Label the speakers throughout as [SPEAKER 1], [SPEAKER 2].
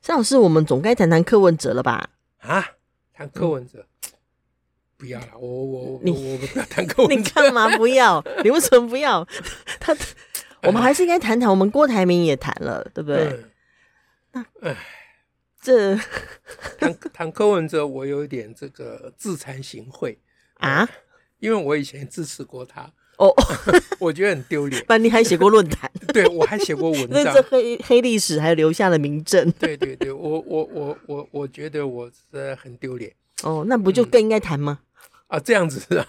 [SPEAKER 1] 张老师，我们总该谈谈柯文哲了吧？
[SPEAKER 2] 啊，谈柯文哲，
[SPEAKER 1] 嗯
[SPEAKER 2] 不要了，我我我我不要谈柯
[SPEAKER 1] 你
[SPEAKER 2] 文哲。
[SPEAKER 1] 干嘛不要？你为什么不要？ 他，我们还是应该谈谈。我们郭台铭也谈了，对不对？
[SPEAKER 2] 嗯
[SPEAKER 1] 这
[SPEAKER 2] 谈谈柯文哲，我有点这个自惭形秽，
[SPEAKER 1] 啊，
[SPEAKER 2] 因为我以前支持过他，
[SPEAKER 1] 哦，
[SPEAKER 2] 我觉得很 丢脸。
[SPEAKER 1] 那你还写过论坛，
[SPEAKER 2] 对我还写过文
[SPEAKER 1] 那
[SPEAKER 2] 章
[SPEAKER 1] 这，黑黑历史还留下了名证。
[SPEAKER 2] 对对对，我我我我我觉得我是很丢脸
[SPEAKER 1] 哦，那不就更应该谈吗？
[SPEAKER 2] 啊，这样子啊，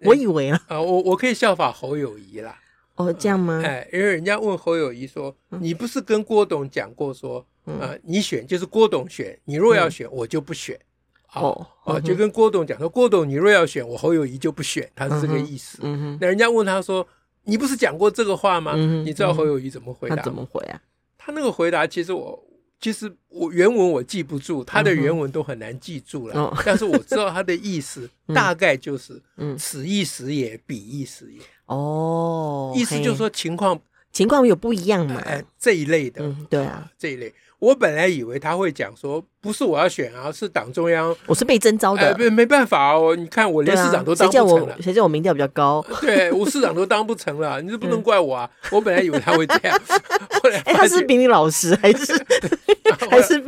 [SPEAKER 1] 我以为啊，
[SPEAKER 2] 啊我我可以效法侯友谊啦，
[SPEAKER 1] 哦，这样吗？
[SPEAKER 2] 哎，因为人家问侯友谊说，
[SPEAKER 1] 嗯
[SPEAKER 2] 你不是跟郭董讲过说，呃，你选就是郭董选，你若要选，我就不选。啊
[SPEAKER 1] 嗯哦
[SPEAKER 2] 啊，
[SPEAKER 1] 嗯
[SPEAKER 2] 就跟郭董讲说，郭董你若要选，我侯友谊就不选，他是这个
[SPEAKER 1] 嗯哼
[SPEAKER 2] 意思。
[SPEAKER 1] 嗯哼，
[SPEAKER 2] 那人家问他说，你不是讲过这个话吗？
[SPEAKER 1] 嗯哼
[SPEAKER 2] 你知道侯友谊怎么回
[SPEAKER 1] 那
[SPEAKER 2] 答
[SPEAKER 1] 怎
[SPEAKER 2] 吗？
[SPEAKER 1] 么回啊？
[SPEAKER 2] 他那个回答其实我。其实我原文我记不住，他的
[SPEAKER 1] 嗯哼
[SPEAKER 2] 原文都很难记住了，
[SPEAKER 1] 哦
[SPEAKER 2] 但是我知道他的 意思，大概就是
[SPEAKER 1] 嗯
[SPEAKER 2] 此一时也，彼一时也，
[SPEAKER 1] 哦，
[SPEAKER 2] 意思就是
[SPEAKER 1] 嘿
[SPEAKER 2] 说情况
[SPEAKER 1] 情况有不一样嘛。
[SPEAKER 2] 哎这一类的，
[SPEAKER 1] 嗯，对啊，
[SPEAKER 2] 这一类。我本来以为他会讲说，不是我要选啊，是党中央。
[SPEAKER 1] 我是被征召
[SPEAKER 2] 哎，
[SPEAKER 1] 的，
[SPEAKER 2] 没没办法哦，你看我
[SPEAKER 1] 哦对
[SPEAKER 2] 连
[SPEAKER 1] 啊
[SPEAKER 2] 市长都当
[SPEAKER 1] 谁
[SPEAKER 2] 不
[SPEAKER 1] 叫
[SPEAKER 2] 成了
[SPEAKER 1] 我，谁叫我民调比较高？
[SPEAKER 2] 对我市长都当不成了，你这不能怪我啊。我本来以为他会这样， 后来
[SPEAKER 1] 嗯哎，
[SPEAKER 2] 发
[SPEAKER 1] 他是
[SPEAKER 2] 现
[SPEAKER 1] 比你老实还是 还是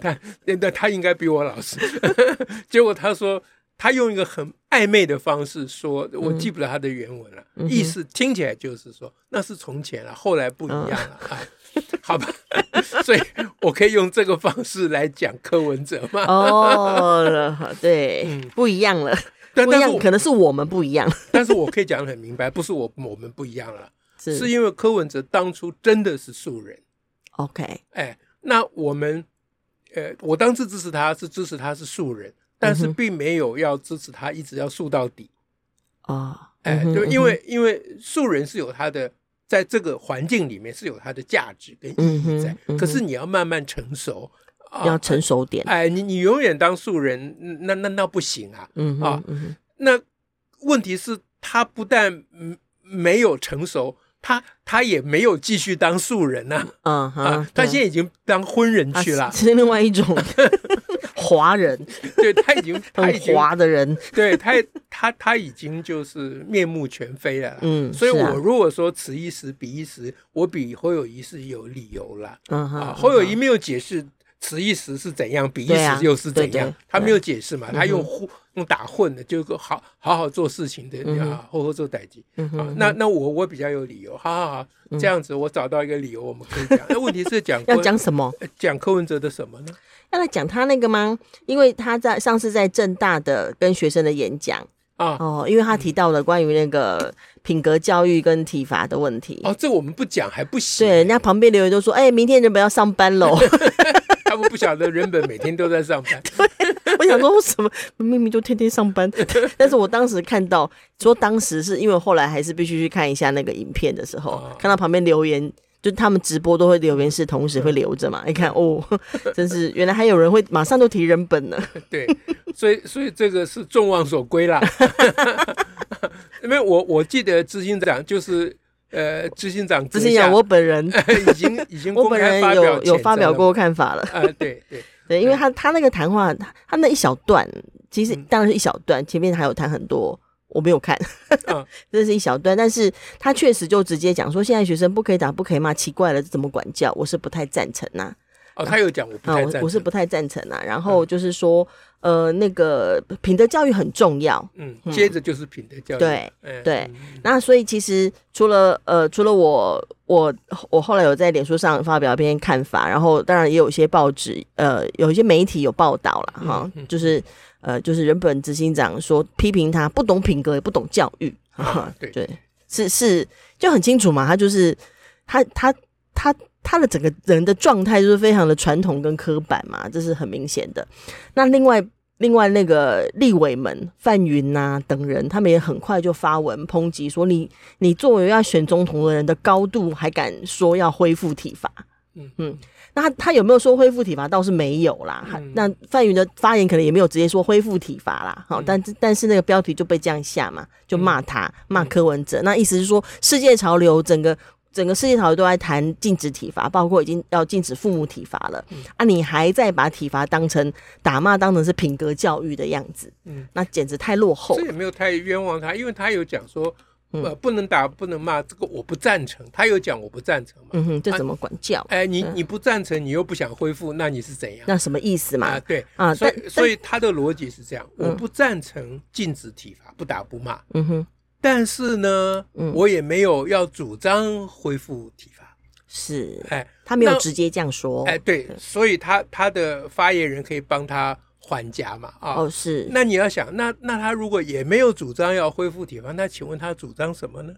[SPEAKER 2] 他那他应该比我老实。 结果他说他用一个很暧昧的方式说，我记不得他的原文了，
[SPEAKER 1] 嗯嗯哼
[SPEAKER 2] 意思听起来就是说那是从前了，后来不一样了。
[SPEAKER 1] 嗯
[SPEAKER 2] 啊，好吧， 所以我可以用这个方式来讲柯文哲 吗？
[SPEAKER 1] 哦？对，不一样了，
[SPEAKER 2] 嗯但
[SPEAKER 1] 不一
[SPEAKER 2] 但是
[SPEAKER 1] 样，
[SPEAKER 2] 我
[SPEAKER 1] 可能是我们不一样，
[SPEAKER 2] 但是我可以讲得很明白，不是我我们不一样了，是
[SPEAKER 1] 是
[SPEAKER 2] 因为柯文哲当初真的是素人，
[SPEAKER 1] OK，
[SPEAKER 2] 哎，那我们，呃，我当时支持他是支持他是素人，但是
[SPEAKER 1] 嗯哼
[SPEAKER 2] 并没有要支持他一直要素到底，
[SPEAKER 1] 哦，
[SPEAKER 2] 哎，
[SPEAKER 1] 嗯
[SPEAKER 2] 就
[SPEAKER 1] 哼
[SPEAKER 2] 因为因为素人是有他的。在这个环境里面是有它的价值跟意
[SPEAKER 1] 嗯
[SPEAKER 2] 义
[SPEAKER 1] 哼
[SPEAKER 2] 在，
[SPEAKER 1] 嗯哼
[SPEAKER 2] 可是你要慢慢成熟啊！
[SPEAKER 1] 要成熟点，
[SPEAKER 2] 哎，你你永远当素人，那那那不行啊！
[SPEAKER 1] 嗯
[SPEAKER 2] 啊
[SPEAKER 1] 哼嗯哼
[SPEAKER 2] 那问题是，他不但嗯没有成熟，他他也没有继续当素人呐、
[SPEAKER 1] 嗯
[SPEAKER 2] 啊，
[SPEAKER 1] 哼，
[SPEAKER 2] 他
[SPEAKER 1] 对
[SPEAKER 2] 现在已经当婚人去了，
[SPEAKER 1] 啊是是另外一种 华人，
[SPEAKER 2] 对他已经 他 已
[SPEAKER 1] 很
[SPEAKER 2] 经
[SPEAKER 1] 华的人，
[SPEAKER 2] 对他他他已经就是面目全非了啦。
[SPEAKER 1] 嗯，
[SPEAKER 2] 所以，
[SPEAKER 1] 是啊
[SPEAKER 2] 我如果说此一时彼一时，我比侯友谊是有理由啦。
[SPEAKER 1] 嗯哼
[SPEAKER 2] 啊，
[SPEAKER 1] 嗯
[SPEAKER 2] 侯友谊
[SPEAKER 1] 哼
[SPEAKER 2] 没有解释此一时是怎样，彼一
[SPEAKER 1] 对啊
[SPEAKER 2] 时又是怎
[SPEAKER 1] 对
[SPEAKER 2] 样
[SPEAKER 1] 对，
[SPEAKER 2] 他
[SPEAKER 1] 对
[SPEAKER 2] 没有解释嘛，他
[SPEAKER 1] 嗯哼
[SPEAKER 2] 用混用打混的，就是好好好做事情的
[SPEAKER 1] 嗯哼
[SPEAKER 2] 啊，好好做代际。
[SPEAKER 1] 嗯
[SPEAKER 2] 啊
[SPEAKER 1] 哼，嗯
[SPEAKER 2] 那那我我比较有理由，好好好，这样子我找到一个理由，我们可以讲。那问题是讲
[SPEAKER 1] 要
[SPEAKER 2] 柯
[SPEAKER 1] 讲什么？
[SPEAKER 2] 呃讲柯文哲的什么呢？
[SPEAKER 1] 要来讲他那个吗？因为他在上次在正大的跟学生的演讲
[SPEAKER 2] 啊，
[SPEAKER 1] 哦，因为他提到了关于那个品格教育跟体罚的问题。
[SPEAKER 2] 哦，这我们不讲还不行，欸
[SPEAKER 1] 对，人家旁边留言都说：“哎、明天人们要上班喽。
[SPEAKER 2] 他们不晓得人本每天都在上班，”
[SPEAKER 1] 我想说，为什么明明就天天上班？ 但是我当时看到说，当时是因为后来还是必须去看一下那个影片的时候，
[SPEAKER 2] 哦
[SPEAKER 1] 看到旁边留言，就他们直播都会留言是同时会留着嘛。一看哦，真是原来还有人会马上就提人 本呢。
[SPEAKER 2] 对，所以所以这个是众望所归啦。 因为我我记得执行长就是呃执行长
[SPEAKER 1] 只
[SPEAKER 2] 阁
[SPEAKER 1] 是
[SPEAKER 2] 下呃
[SPEAKER 1] 讲我本人，
[SPEAKER 2] 已经已经
[SPEAKER 1] 我
[SPEAKER 2] 公
[SPEAKER 1] 本
[SPEAKER 2] 开
[SPEAKER 1] 人
[SPEAKER 2] 发表
[SPEAKER 1] 有有
[SPEAKER 2] 谴
[SPEAKER 1] 发
[SPEAKER 2] 责
[SPEAKER 1] 表
[SPEAKER 2] 了
[SPEAKER 1] 过看法了。
[SPEAKER 2] 啊，对对，
[SPEAKER 1] 对，因为他他那个谈话，他他那一小段，其实
[SPEAKER 2] 嗯
[SPEAKER 1] 当然是一小段，前面还有谈很多，我没有看，
[SPEAKER 2] 嗯
[SPEAKER 1] 这是一小段，但是他确实就直接讲说，现在学生不可以打，不可以骂，奇怪了，这怎么管教？我是不太赞成呐、
[SPEAKER 2] 哦，他有讲我不
[SPEAKER 1] 啊，
[SPEAKER 2] 太赞
[SPEAKER 1] 我
[SPEAKER 2] 成，嗯
[SPEAKER 1] 我是不太赞成啊。然后就是说，呃，那个品德教育很重要，
[SPEAKER 2] 嗯，接着就是品德教育，
[SPEAKER 1] 对
[SPEAKER 2] 哎，
[SPEAKER 1] 对
[SPEAKER 2] 嗯，
[SPEAKER 1] 那所以其实除了呃，除了我我我后来有在脸书上发表一篇看法，然后当然也有一些报纸呃，有一些媒体有报道了哈，
[SPEAKER 2] 嗯嗯
[SPEAKER 1] 就是呃，就是人本执行长说批评他不懂品格也不懂教育，哈哈
[SPEAKER 2] 对
[SPEAKER 1] 对，是是就很清楚嘛，他就是他他他他的整个人的状态就是非常的传统跟刻板嘛，这是很明显的。那另外另外那个立委们范云呐、等人，他们也很快就发文抨击说你你作为要选总统的人的高度，还敢说要恢复体罚？
[SPEAKER 2] 嗯
[SPEAKER 1] 嗯，那他他有没有说恢复体罚倒是没有啦，还那范云的发言可能也没有直接说恢复体罚啦，好、但但是那个标题就被这样下嘛，就骂他骂柯文哲，那意思是说世界潮流整个整个世界潮流都在谈禁止体罚，包括已经要禁止父母体罚了，啊，你还在把体罚当成打骂当成是品格教育的样子，
[SPEAKER 2] 嗯
[SPEAKER 1] 那简直太落后嗯
[SPEAKER 2] 这也没有太冤枉他，因为他有讲说，呃，不能打，不能骂，这个我不赞成。他有讲我不赞成嘛？
[SPEAKER 1] 嗯哼，这怎么管教？
[SPEAKER 2] 哎，你你不赞成，你又不想恢复，那你是怎样？
[SPEAKER 1] 那什么意思嘛
[SPEAKER 2] 啊，？对
[SPEAKER 1] 啊
[SPEAKER 2] 所
[SPEAKER 1] 但
[SPEAKER 2] 以所以他的逻辑是这样：我不赞成禁止体罚，不打不骂，
[SPEAKER 1] 嗯哼，
[SPEAKER 2] 但是呢，
[SPEAKER 1] 嗯
[SPEAKER 2] 我也没有要主张恢复体罚。
[SPEAKER 1] 是
[SPEAKER 2] 哎，
[SPEAKER 1] 他没有
[SPEAKER 2] 那
[SPEAKER 1] 直接这样说，
[SPEAKER 2] 哎，对，所以他他的发言人可以帮他还价嘛啊。
[SPEAKER 1] 哦，是
[SPEAKER 2] 那你要想，那那他如果也没有主张要恢复体罚，那请问他主张什么呢？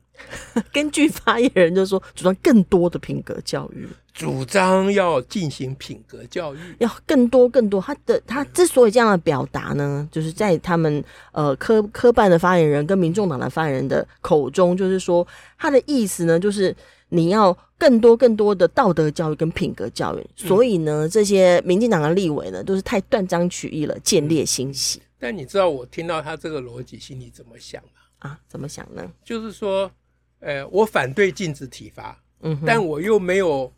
[SPEAKER 1] 根据发言人就说，主张更多的品格教育，
[SPEAKER 2] 主张要进行品格教育。
[SPEAKER 1] 要更多更多。他的他
[SPEAKER 2] 嗯
[SPEAKER 1] 之所以这样的表达呢，就是在他们呃科科办的发言人跟民众党的发言人的口中，就是说他的意思呢，就是你要更多更多的道德教育跟品格教育。
[SPEAKER 2] 嗯
[SPEAKER 1] 所以呢，这些民进党的立委呢，都是太断章取义了，见猎心喜
[SPEAKER 2] 但你知道我听到他这个逻辑，心里怎么想吗？
[SPEAKER 1] 啊！怎么想呢？
[SPEAKER 2] 就是说，呃，我反对禁止体罚，
[SPEAKER 1] 嗯哼，
[SPEAKER 2] 但我又没有，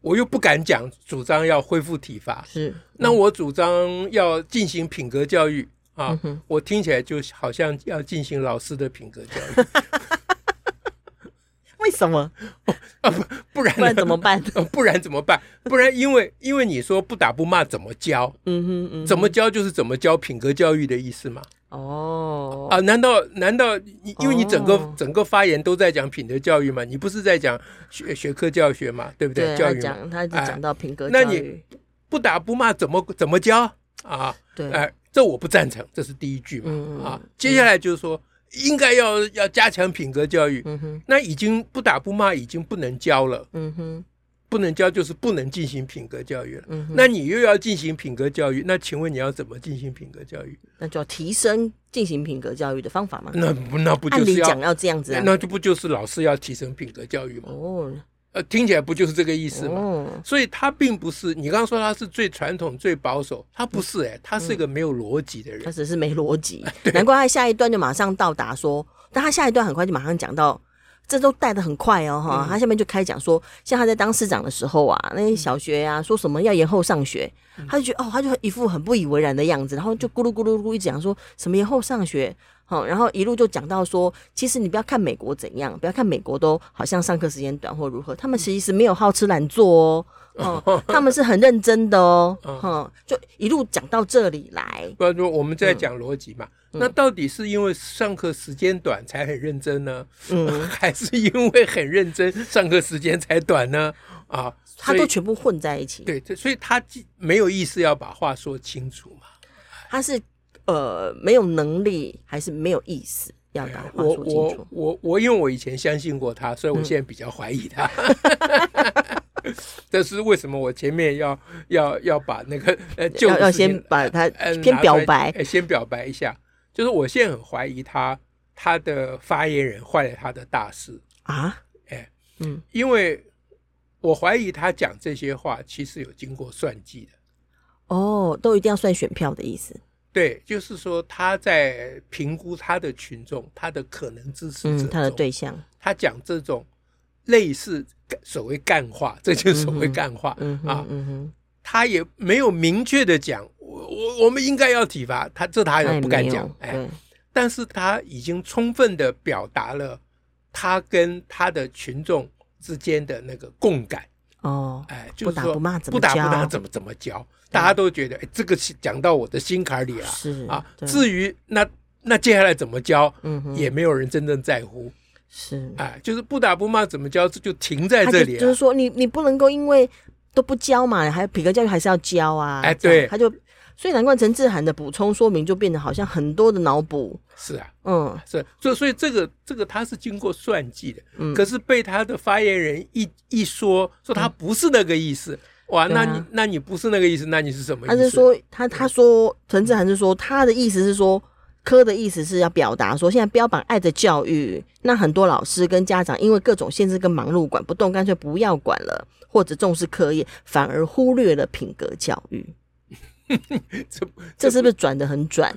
[SPEAKER 2] 我又不敢讲主张要恢复体罚，
[SPEAKER 1] 是
[SPEAKER 2] 那我主张要进行品格教育
[SPEAKER 1] 嗯
[SPEAKER 2] 啊，我听起来就好像要进行老师的品格教 育
[SPEAKER 1] 为什么？
[SPEAKER 2] 啊，不不然
[SPEAKER 1] 不然
[SPEAKER 2] 呢
[SPEAKER 1] 怎么办？
[SPEAKER 2] 呃 不然怎么办？不然因为因为你说不打不骂怎么教？
[SPEAKER 1] 嗯哼嗯哼，
[SPEAKER 2] 怎么教就是怎么教品格教育的意思嘛？
[SPEAKER 1] 哦
[SPEAKER 2] 啊，难道难道你因为你整个、
[SPEAKER 1] 哦
[SPEAKER 2] 整个发言都在讲品德教育嘛？你不是在讲学学科教学嘛？对不
[SPEAKER 1] 对，
[SPEAKER 2] 教
[SPEAKER 1] 他
[SPEAKER 2] 育嘛，
[SPEAKER 1] 讲，他一直
[SPEAKER 2] 哎
[SPEAKER 1] 讲到品格
[SPEAKER 2] 那
[SPEAKER 1] 教
[SPEAKER 2] 你
[SPEAKER 1] 育，
[SPEAKER 2] 不打不骂怎么怎么教啊？
[SPEAKER 1] 对，
[SPEAKER 2] 哎、这我不赞成，这是第一句嘛。
[SPEAKER 1] 嗯嗯
[SPEAKER 2] 啊，接下来就是说，应该要要加强品格教育。
[SPEAKER 1] 嗯哼，
[SPEAKER 2] 那已经不打不骂，已经不能教了，
[SPEAKER 1] 嗯哼，
[SPEAKER 2] 不能教就是不能进行品格教育了。
[SPEAKER 1] 嗯哼，
[SPEAKER 2] 那你又要进行品格教育，那请问你要怎么进行品格教育？
[SPEAKER 1] 那就要提升进行品格教育的方法嘛。
[SPEAKER 2] 那不那不就
[SPEAKER 1] 按
[SPEAKER 2] 是
[SPEAKER 1] 理讲
[SPEAKER 2] 要？
[SPEAKER 1] 要这样子啊。
[SPEAKER 2] 那就不就是老师要提升品格教育吗？
[SPEAKER 1] 哦，
[SPEAKER 2] 呃，听起来不就是这个意思吗？
[SPEAKER 1] 哦，
[SPEAKER 2] 所以他并不是你刚刚说他是最传统、最保守，他
[SPEAKER 1] 嗯
[SPEAKER 2] 不是哎、他是一个没有逻辑的人
[SPEAKER 1] 他。只是没逻 辑，难怪他下一段就马上到达说，但他下一段很快就马上讲到。这都带的很快哦，
[SPEAKER 2] 嗯
[SPEAKER 1] 哈！他下面就开始讲说，像他在当市长的时候啊，那些小学
[SPEAKER 2] 嗯
[SPEAKER 1] 啊，说什么要延后上学，他就觉得哦，他就一副很不以为然的样子，然后就咕噜咕噜咕噜一直讲说什么延后上学，好、然后一路就讲到说，其实你不要看美国怎样，不要看美国都好像上课时间短或如何，他们其实没有好吃懒做哦， 哦，他们是很认真的哦，
[SPEAKER 2] 嗯
[SPEAKER 1] 哦，就一路讲到这里来，
[SPEAKER 2] 不然说我们在
[SPEAKER 1] 嗯
[SPEAKER 2] 讲逻辑嘛，那到底是因为上课时间短才很认真呢，
[SPEAKER 1] 嗯
[SPEAKER 2] 还是因为很认真上课时间才短呢？啊，
[SPEAKER 1] 他
[SPEAKER 2] 所以
[SPEAKER 1] 都全部混在一起，
[SPEAKER 2] 对，这所以他既没有意思要把话说清楚嘛。
[SPEAKER 1] 他是呃没有能力还是没有意思，要把话
[SPEAKER 2] 我
[SPEAKER 1] 说清楚
[SPEAKER 2] 我。我我，因为我以前相信过他，所以我现在比较怀疑他。
[SPEAKER 1] 嗯
[SPEAKER 2] 这是为什么我前面要要要把那个呃旧
[SPEAKER 1] 要
[SPEAKER 2] 的
[SPEAKER 1] 要
[SPEAKER 2] 事情
[SPEAKER 1] 先把它
[SPEAKER 2] 嗯，
[SPEAKER 1] 先
[SPEAKER 2] 拿出
[SPEAKER 1] 表
[SPEAKER 2] 来
[SPEAKER 1] 白，
[SPEAKER 2] 哎，先表白一下，就是我现在很怀疑他他的发言人坏了他的大事，
[SPEAKER 1] 啊，
[SPEAKER 2] 哎，
[SPEAKER 1] 嗯，
[SPEAKER 2] 因为我怀疑他讲这些话其实有经过算计的，
[SPEAKER 1] 哦，都一定要算选票的意思，
[SPEAKER 2] 对，就是说他在评估他的群众，他的可能支持者、
[SPEAKER 1] 嗯，他的，对象，
[SPEAKER 2] 他讲这种类似所谓干话，这就是所谓干话、
[SPEAKER 1] 嗯哼，
[SPEAKER 2] 啊，
[SPEAKER 1] 嗯哼，
[SPEAKER 2] 他也没有明确的讲，我我我们应该要体罚他，这他
[SPEAKER 1] 他
[SPEAKER 2] 也
[SPEAKER 1] 也
[SPEAKER 2] 不敢
[SPEAKER 1] 没有
[SPEAKER 2] 讲，哎。
[SPEAKER 1] 对，
[SPEAKER 2] 但是他已经充分的表达了他跟他的群众之间的那个共感，
[SPEAKER 1] 哦，
[SPEAKER 2] 哎，就是
[SPEAKER 1] 打
[SPEAKER 2] 说
[SPEAKER 1] 不骂怎么
[SPEAKER 2] 不打不
[SPEAKER 1] 教
[SPEAKER 2] 骂怎么怎么教，大家都觉得哎，这个是讲到我的心坎里啊
[SPEAKER 1] 是
[SPEAKER 2] 啊。
[SPEAKER 1] 对
[SPEAKER 2] 至于那那接下来怎么教，
[SPEAKER 1] 嗯哼，
[SPEAKER 2] 也没有人真正在乎，
[SPEAKER 1] 是，
[SPEAKER 2] 哎，就是不打不骂怎么教，这就停在
[SPEAKER 1] 他
[SPEAKER 2] 这
[SPEAKER 1] 就
[SPEAKER 2] 里
[SPEAKER 1] 就
[SPEAKER 2] 了
[SPEAKER 1] 是。说你你不能够因为都不教嘛，还有品格教育还是要教啊，
[SPEAKER 2] 哎
[SPEAKER 1] 这样
[SPEAKER 2] 对
[SPEAKER 1] 他就所以难怪陈志涵的补充说明就变得好像很多的脑补，
[SPEAKER 2] 是啊，
[SPEAKER 1] 嗯，
[SPEAKER 2] 是，所以所以这个这个他是经过算计的，
[SPEAKER 1] 嗯
[SPEAKER 2] 可是被他的发言人一一说，说他不是那个意思，哇，
[SPEAKER 1] 对啊
[SPEAKER 2] 那你那你不是那个意思，那你是什么意
[SPEAKER 1] 他
[SPEAKER 2] 思？
[SPEAKER 1] 是说他他说陈志涵是说他的意思是说。科的意思是要表达说，现在标榜爱的教育，那很多老师跟家长因为各种限制跟忙碌管不动，干脆不要管了，或者重视课业，反而忽略了品格教育。
[SPEAKER 2] 这
[SPEAKER 1] 这是不是转的很 转？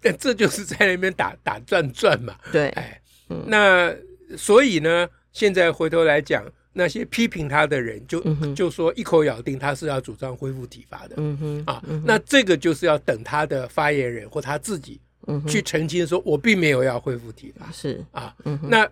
[SPEAKER 2] 但 这就是在那边打打转转嘛，
[SPEAKER 1] 对，
[SPEAKER 2] 哎，
[SPEAKER 1] 嗯
[SPEAKER 2] 那所以呢，现在回头来讲，那些批评他的人就、
[SPEAKER 1] 嗯哼
[SPEAKER 2] 就说一口咬定他是要主张恢复体罚的、
[SPEAKER 1] 嗯哼，
[SPEAKER 2] 啊，那这个就是要等他的发言人或他自己
[SPEAKER 1] 嗯哼，
[SPEAKER 2] 去澄清，说我并没有要恢复体罚
[SPEAKER 1] 是
[SPEAKER 2] 啊，
[SPEAKER 1] 嗯哼
[SPEAKER 2] 那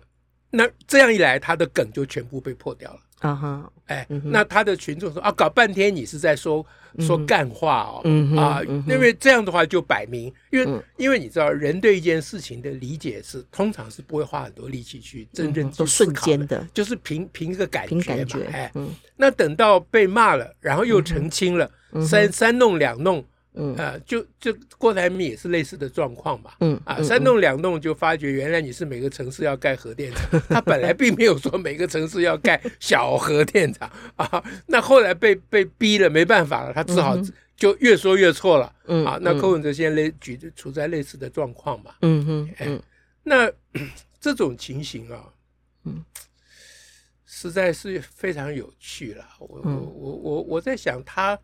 [SPEAKER 2] 那这样一来，他的梗就全部被破掉了。
[SPEAKER 1] 啊哈，
[SPEAKER 2] 哎，
[SPEAKER 1] 嗯哼
[SPEAKER 2] 那他的群众说啊，搞半天你是在说说干话哦，
[SPEAKER 1] 嗯哼
[SPEAKER 2] 啊，
[SPEAKER 1] 嗯哼
[SPEAKER 2] 因为这样的话就摆明，因为、
[SPEAKER 1] 嗯
[SPEAKER 2] 因为你知道，人对一件事情的理解是通常是不会花很多力气去真
[SPEAKER 1] 嗯
[SPEAKER 2] 正
[SPEAKER 1] 哼
[SPEAKER 2] 去
[SPEAKER 1] 都
[SPEAKER 2] 思
[SPEAKER 1] 瞬
[SPEAKER 2] 考
[SPEAKER 1] 间
[SPEAKER 2] 的，
[SPEAKER 1] 的
[SPEAKER 2] 就是凭凭一个感觉
[SPEAKER 1] 凭
[SPEAKER 2] 嘛，
[SPEAKER 1] 感觉
[SPEAKER 2] 哎，，
[SPEAKER 1] 嗯
[SPEAKER 2] 那等到被骂了，然后又澄清了，
[SPEAKER 1] 嗯哼
[SPEAKER 2] 三三弄两弄，
[SPEAKER 1] 嗯
[SPEAKER 2] 呃，就就郭台铭也是类似的状况嘛。
[SPEAKER 1] 嗯
[SPEAKER 2] 啊，
[SPEAKER 1] 嗯
[SPEAKER 2] 三弄两弄就发觉，原来你是每个城市要盖核电厂，他本来并没有说每个城市要盖小核电厂啊。那后来被被逼了，没办法了，他只好就越说越错了
[SPEAKER 1] 嗯
[SPEAKER 2] 啊。那柯文哲现在类举处在类似的状况嘛。
[SPEAKER 1] 嗯哼嗯
[SPEAKER 2] 那 这种情形啊，
[SPEAKER 1] 嗯，
[SPEAKER 2] 实在是非常有趣了。我我
[SPEAKER 1] 嗯
[SPEAKER 2] 我我我在想他，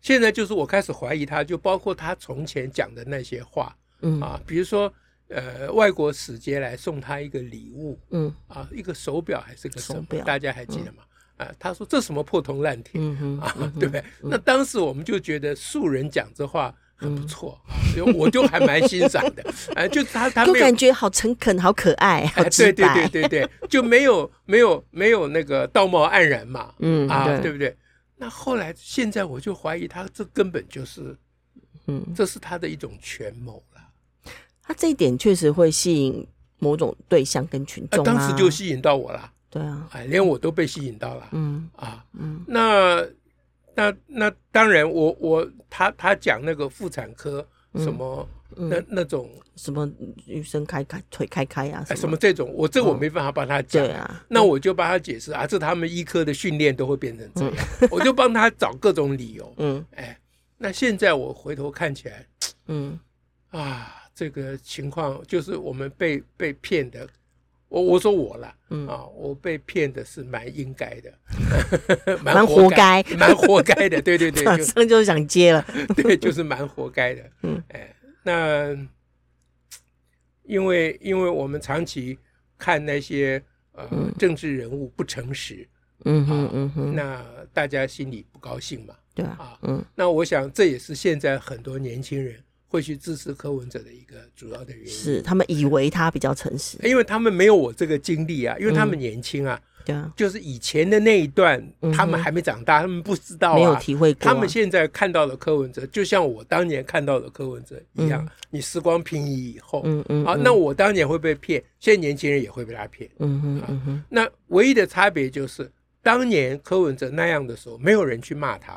[SPEAKER 2] 现在就是我开始怀疑他，就包括他从前讲的那些话
[SPEAKER 1] 嗯
[SPEAKER 2] 啊，比如说呃，外国使节来送他一个礼物
[SPEAKER 1] 嗯
[SPEAKER 2] 啊，一个手表还是个什
[SPEAKER 1] 手
[SPEAKER 2] 么
[SPEAKER 1] 表，
[SPEAKER 2] 大家还记得吗？啊，他说这什么破铜烂铁，
[SPEAKER 1] 嗯哼，
[SPEAKER 2] 啊，对不对？那当时我们就觉得素人讲这话很不错，
[SPEAKER 1] 嗯
[SPEAKER 2] 啊因为我就还蛮欣赏 的。哎，就他他
[SPEAKER 1] 就
[SPEAKER 2] 没有
[SPEAKER 1] 感觉好诚恳，好可爱，好
[SPEAKER 2] 哎，
[SPEAKER 1] 直
[SPEAKER 2] 对对对
[SPEAKER 1] 白，
[SPEAKER 2] 对对，就没有没有没有那个道貌岸然嘛，
[SPEAKER 1] 嗯
[SPEAKER 2] 啊，对，不对？那后来现在我就怀疑他这根本就是，
[SPEAKER 1] 嗯，
[SPEAKER 2] 这是他的一种权谋了。
[SPEAKER 1] 他这一点确实会吸引某种对象跟群
[SPEAKER 2] 啊
[SPEAKER 1] 众啊，
[SPEAKER 2] 当时就吸引到我了，
[SPEAKER 1] 对啊，
[SPEAKER 2] 哎，连我都被吸引到了
[SPEAKER 1] 嗯
[SPEAKER 2] 啊。
[SPEAKER 1] 嗯
[SPEAKER 2] 那那那当然我，我他他讲那个妇产科
[SPEAKER 1] 嗯
[SPEAKER 2] 什么、那那种
[SPEAKER 1] 什么女生开开腿开开啊，
[SPEAKER 2] 哎什
[SPEAKER 1] 么哦
[SPEAKER 2] 么这种，我这我没办法帮他讲
[SPEAKER 1] 对。啊，
[SPEAKER 2] 那我就帮他解释啊，这他们医科的训练都会变成这样，我就帮他找各种理由。
[SPEAKER 1] 嗯
[SPEAKER 2] 哎，那现在我回头看起来
[SPEAKER 1] 嗯
[SPEAKER 2] 啊，这个情况就是我们被被骗的。我我说我了，
[SPEAKER 1] 嗯
[SPEAKER 2] 啊，我被骗的是蛮应该的，
[SPEAKER 1] 蛮活该
[SPEAKER 2] 蛮活该的，对 对对，
[SPEAKER 1] 马
[SPEAKER 2] 就啊
[SPEAKER 1] 上就想接 了，
[SPEAKER 2] 对，就是蛮活该的。
[SPEAKER 1] 嗯，
[SPEAKER 2] 哎，那因为因为我们长期看那些呃、政治人物不诚实，
[SPEAKER 1] 嗯哼嗯哼，
[SPEAKER 2] 那大家心里不高兴嘛。
[SPEAKER 1] 对啊
[SPEAKER 2] 啊，
[SPEAKER 1] 嗯
[SPEAKER 2] 那我想这也是现在很多年轻人会去支持柯文哲的一个主要的原因，
[SPEAKER 1] 是他们以为他比较诚实，
[SPEAKER 2] 因为他们没有我这个经历啊，因为他们年轻啊，
[SPEAKER 1] 对啊，
[SPEAKER 2] 就是以前的那一段
[SPEAKER 1] 嗯嗯哼
[SPEAKER 2] 他们还没长大，他们不知道
[SPEAKER 1] 没有
[SPEAKER 2] 啊。
[SPEAKER 1] 体会过啊，
[SPEAKER 2] 他们现在看到的柯文哲，就像我当年看到的柯文哲一样，你时光平移以后，
[SPEAKER 1] 嗯嗯
[SPEAKER 2] 啊，
[SPEAKER 1] 嗯
[SPEAKER 2] 那我当年会被骗，现在年轻人也会被他骗。
[SPEAKER 1] 嗯哼嗯哼
[SPEAKER 2] 那唯一的差别就是，当年柯文哲那样的时候，没有人去骂他，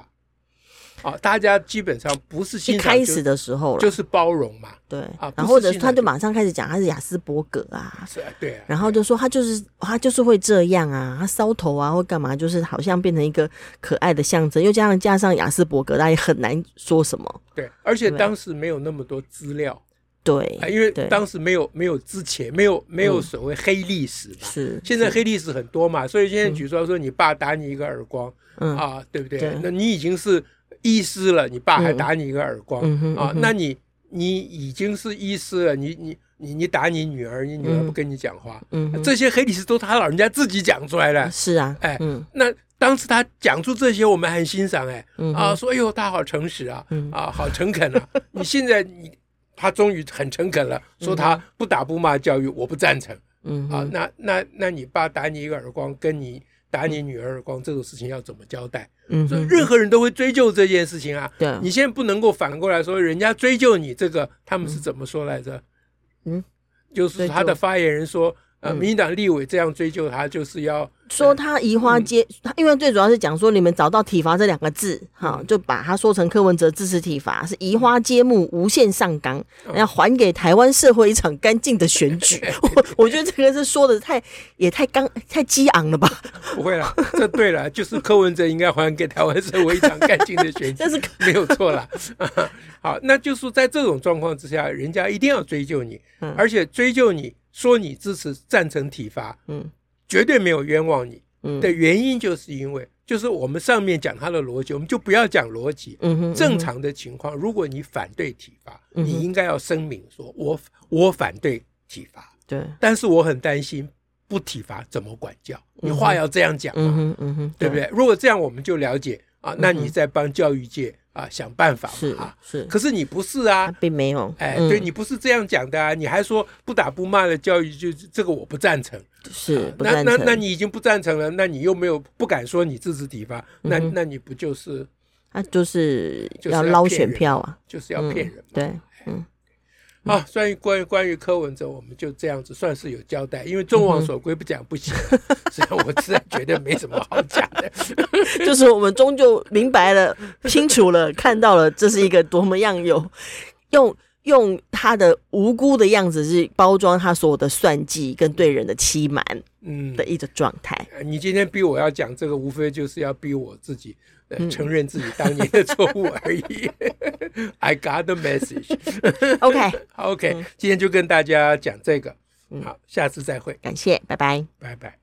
[SPEAKER 2] 啊，大家基本上不是
[SPEAKER 1] 一
[SPEAKER 2] 欣赏
[SPEAKER 1] 开
[SPEAKER 2] 就
[SPEAKER 1] 始的时候了，
[SPEAKER 2] 就是包容嘛，
[SPEAKER 1] 对，
[SPEAKER 2] 啊
[SPEAKER 1] 然
[SPEAKER 2] 不
[SPEAKER 1] 后或
[SPEAKER 2] 是
[SPEAKER 1] 者
[SPEAKER 2] 现
[SPEAKER 1] 他
[SPEAKER 2] 在
[SPEAKER 1] 就
[SPEAKER 2] 就
[SPEAKER 1] 马上开始讲他是雅斯伯格啊，
[SPEAKER 2] 是啊，对啊，
[SPEAKER 1] 然后就说他就是他就是会这样啊，他搔头啊或干嘛，就是好像变成一个可爱的象征，又加上加上雅斯伯格，大家也很难说什么。
[SPEAKER 2] 对，而且
[SPEAKER 1] 对啊
[SPEAKER 2] 当时没有那么多资料，
[SPEAKER 1] 对
[SPEAKER 2] 啊，，因为
[SPEAKER 1] 对嗯
[SPEAKER 2] 当时没有没有之前没有没有所谓黑历史嘛，
[SPEAKER 1] 是
[SPEAKER 2] 现在黑历史很多嘛，所以现在举说说你爸打你一个耳光，
[SPEAKER 1] 嗯
[SPEAKER 2] 啊，对不对？
[SPEAKER 1] 对
[SPEAKER 2] 那你已经是医师了，你爸还
[SPEAKER 1] 嗯
[SPEAKER 2] 打你一个耳光、
[SPEAKER 1] 嗯哼
[SPEAKER 2] 啊
[SPEAKER 1] 嗯，哼
[SPEAKER 2] 那你你已经是医师了，你你你你打你女儿，你女儿不跟你讲话，
[SPEAKER 1] 嗯哼
[SPEAKER 2] 啊这些黑历史都他老人家自己讲出来了。
[SPEAKER 1] 是啊，
[SPEAKER 2] 哎
[SPEAKER 1] 嗯
[SPEAKER 2] 那当时他讲出这些，我们很欣赏哎、
[SPEAKER 1] 嗯
[SPEAKER 2] 啊，
[SPEAKER 1] 哼
[SPEAKER 2] 说哎呦他好诚实啊，
[SPEAKER 1] 嗯
[SPEAKER 2] 啊好诚恳啊，你现在你。他终于很诚恳了，说他不打不骂教育我不赞成、
[SPEAKER 1] 嗯
[SPEAKER 2] 啊
[SPEAKER 1] 哼。
[SPEAKER 2] 那那那你爸打你一个耳光，跟你打你女儿耳光这种事情要怎么交代？
[SPEAKER 1] 嗯
[SPEAKER 2] 所以
[SPEAKER 1] 哼，嗯
[SPEAKER 2] 任何人都会追究这件事情啊。
[SPEAKER 1] 对
[SPEAKER 2] 你现在不能够反过来说，人家追究你这个，他们是怎么说来着？
[SPEAKER 1] 嗯，
[SPEAKER 2] 就是他的发言人说，呃，民进党立委这样追究他，就是要
[SPEAKER 1] 说他移花接，
[SPEAKER 2] 嗯
[SPEAKER 1] 他因为最主要是讲说你们找到体罚这两个字，
[SPEAKER 2] 嗯
[SPEAKER 1] 哈，就把它说成柯文哲支持体罚，是移花接木，无限上纲，
[SPEAKER 2] 嗯
[SPEAKER 1] 要还给台湾社会一场干净的选 举。我我觉得这个是说的太也太刚太激昂了吧？
[SPEAKER 2] 不会啦， 这对了，就是柯文哲应该还给台湾社会一场干净的 选举，
[SPEAKER 1] 但是
[SPEAKER 2] 没有错啦。 好，那就是在这种状况之下，人家一定要追究你，而且追究你。说你支持赞成体罚，嗯，绝对没有冤枉你。嗯、的原因就是因为，就是我们上面讲他的逻辑，我们就不要讲逻辑。嗯哼，正常的情况，如果你反对体罚，嗯、你应该要声明说我我反对体罚。
[SPEAKER 1] 对，
[SPEAKER 2] 但是我很担心不体罚怎么管教？嗯、你话要这样讲嘛？嗯嗯哼，对不对？如果这样，我们就了解啊，那你在帮教育界。啊，想办法
[SPEAKER 1] 嗯是嗯
[SPEAKER 2] 啊，
[SPEAKER 1] 是，
[SPEAKER 2] 可是你不是啊，
[SPEAKER 1] 并没有，
[SPEAKER 2] 哎，对你不是这样讲的啊，你还说不打不骂的教育，就这个我不赞成，
[SPEAKER 1] 是，
[SPEAKER 2] 那那那你已经不赞成了，那你又没有不敢说你支持体罚，
[SPEAKER 1] 嗯
[SPEAKER 2] 那那你不就是，
[SPEAKER 1] 那就是要捞选票啊，
[SPEAKER 2] 就是要骗人，
[SPEAKER 1] 对，嗯，
[SPEAKER 2] 好，关于关于关于柯文哲，我们就这样子算是有交代，因为
[SPEAKER 1] 嗯
[SPEAKER 2] 众望所归不讲不行，所以我自然觉得没什么好讲的。
[SPEAKER 1] 就是我们终究明白了、清楚了、看到了，这是一个多么样有用用他的无辜的样子去包装他所有的算计跟对人的欺瞒，嗯的一个状态、
[SPEAKER 2] 嗯。你今天逼我要讲这个，无非就是要逼我自己、呃嗯、承认自己当年的错误而已。I got the message.
[SPEAKER 1] OK
[SPEAKER 2] OK，、嗯、今天就跟大家讲这个，好，下次再会，
[SPEAKER 1] 感谢，拜拜，
[SPEAKER 2] 拜拜。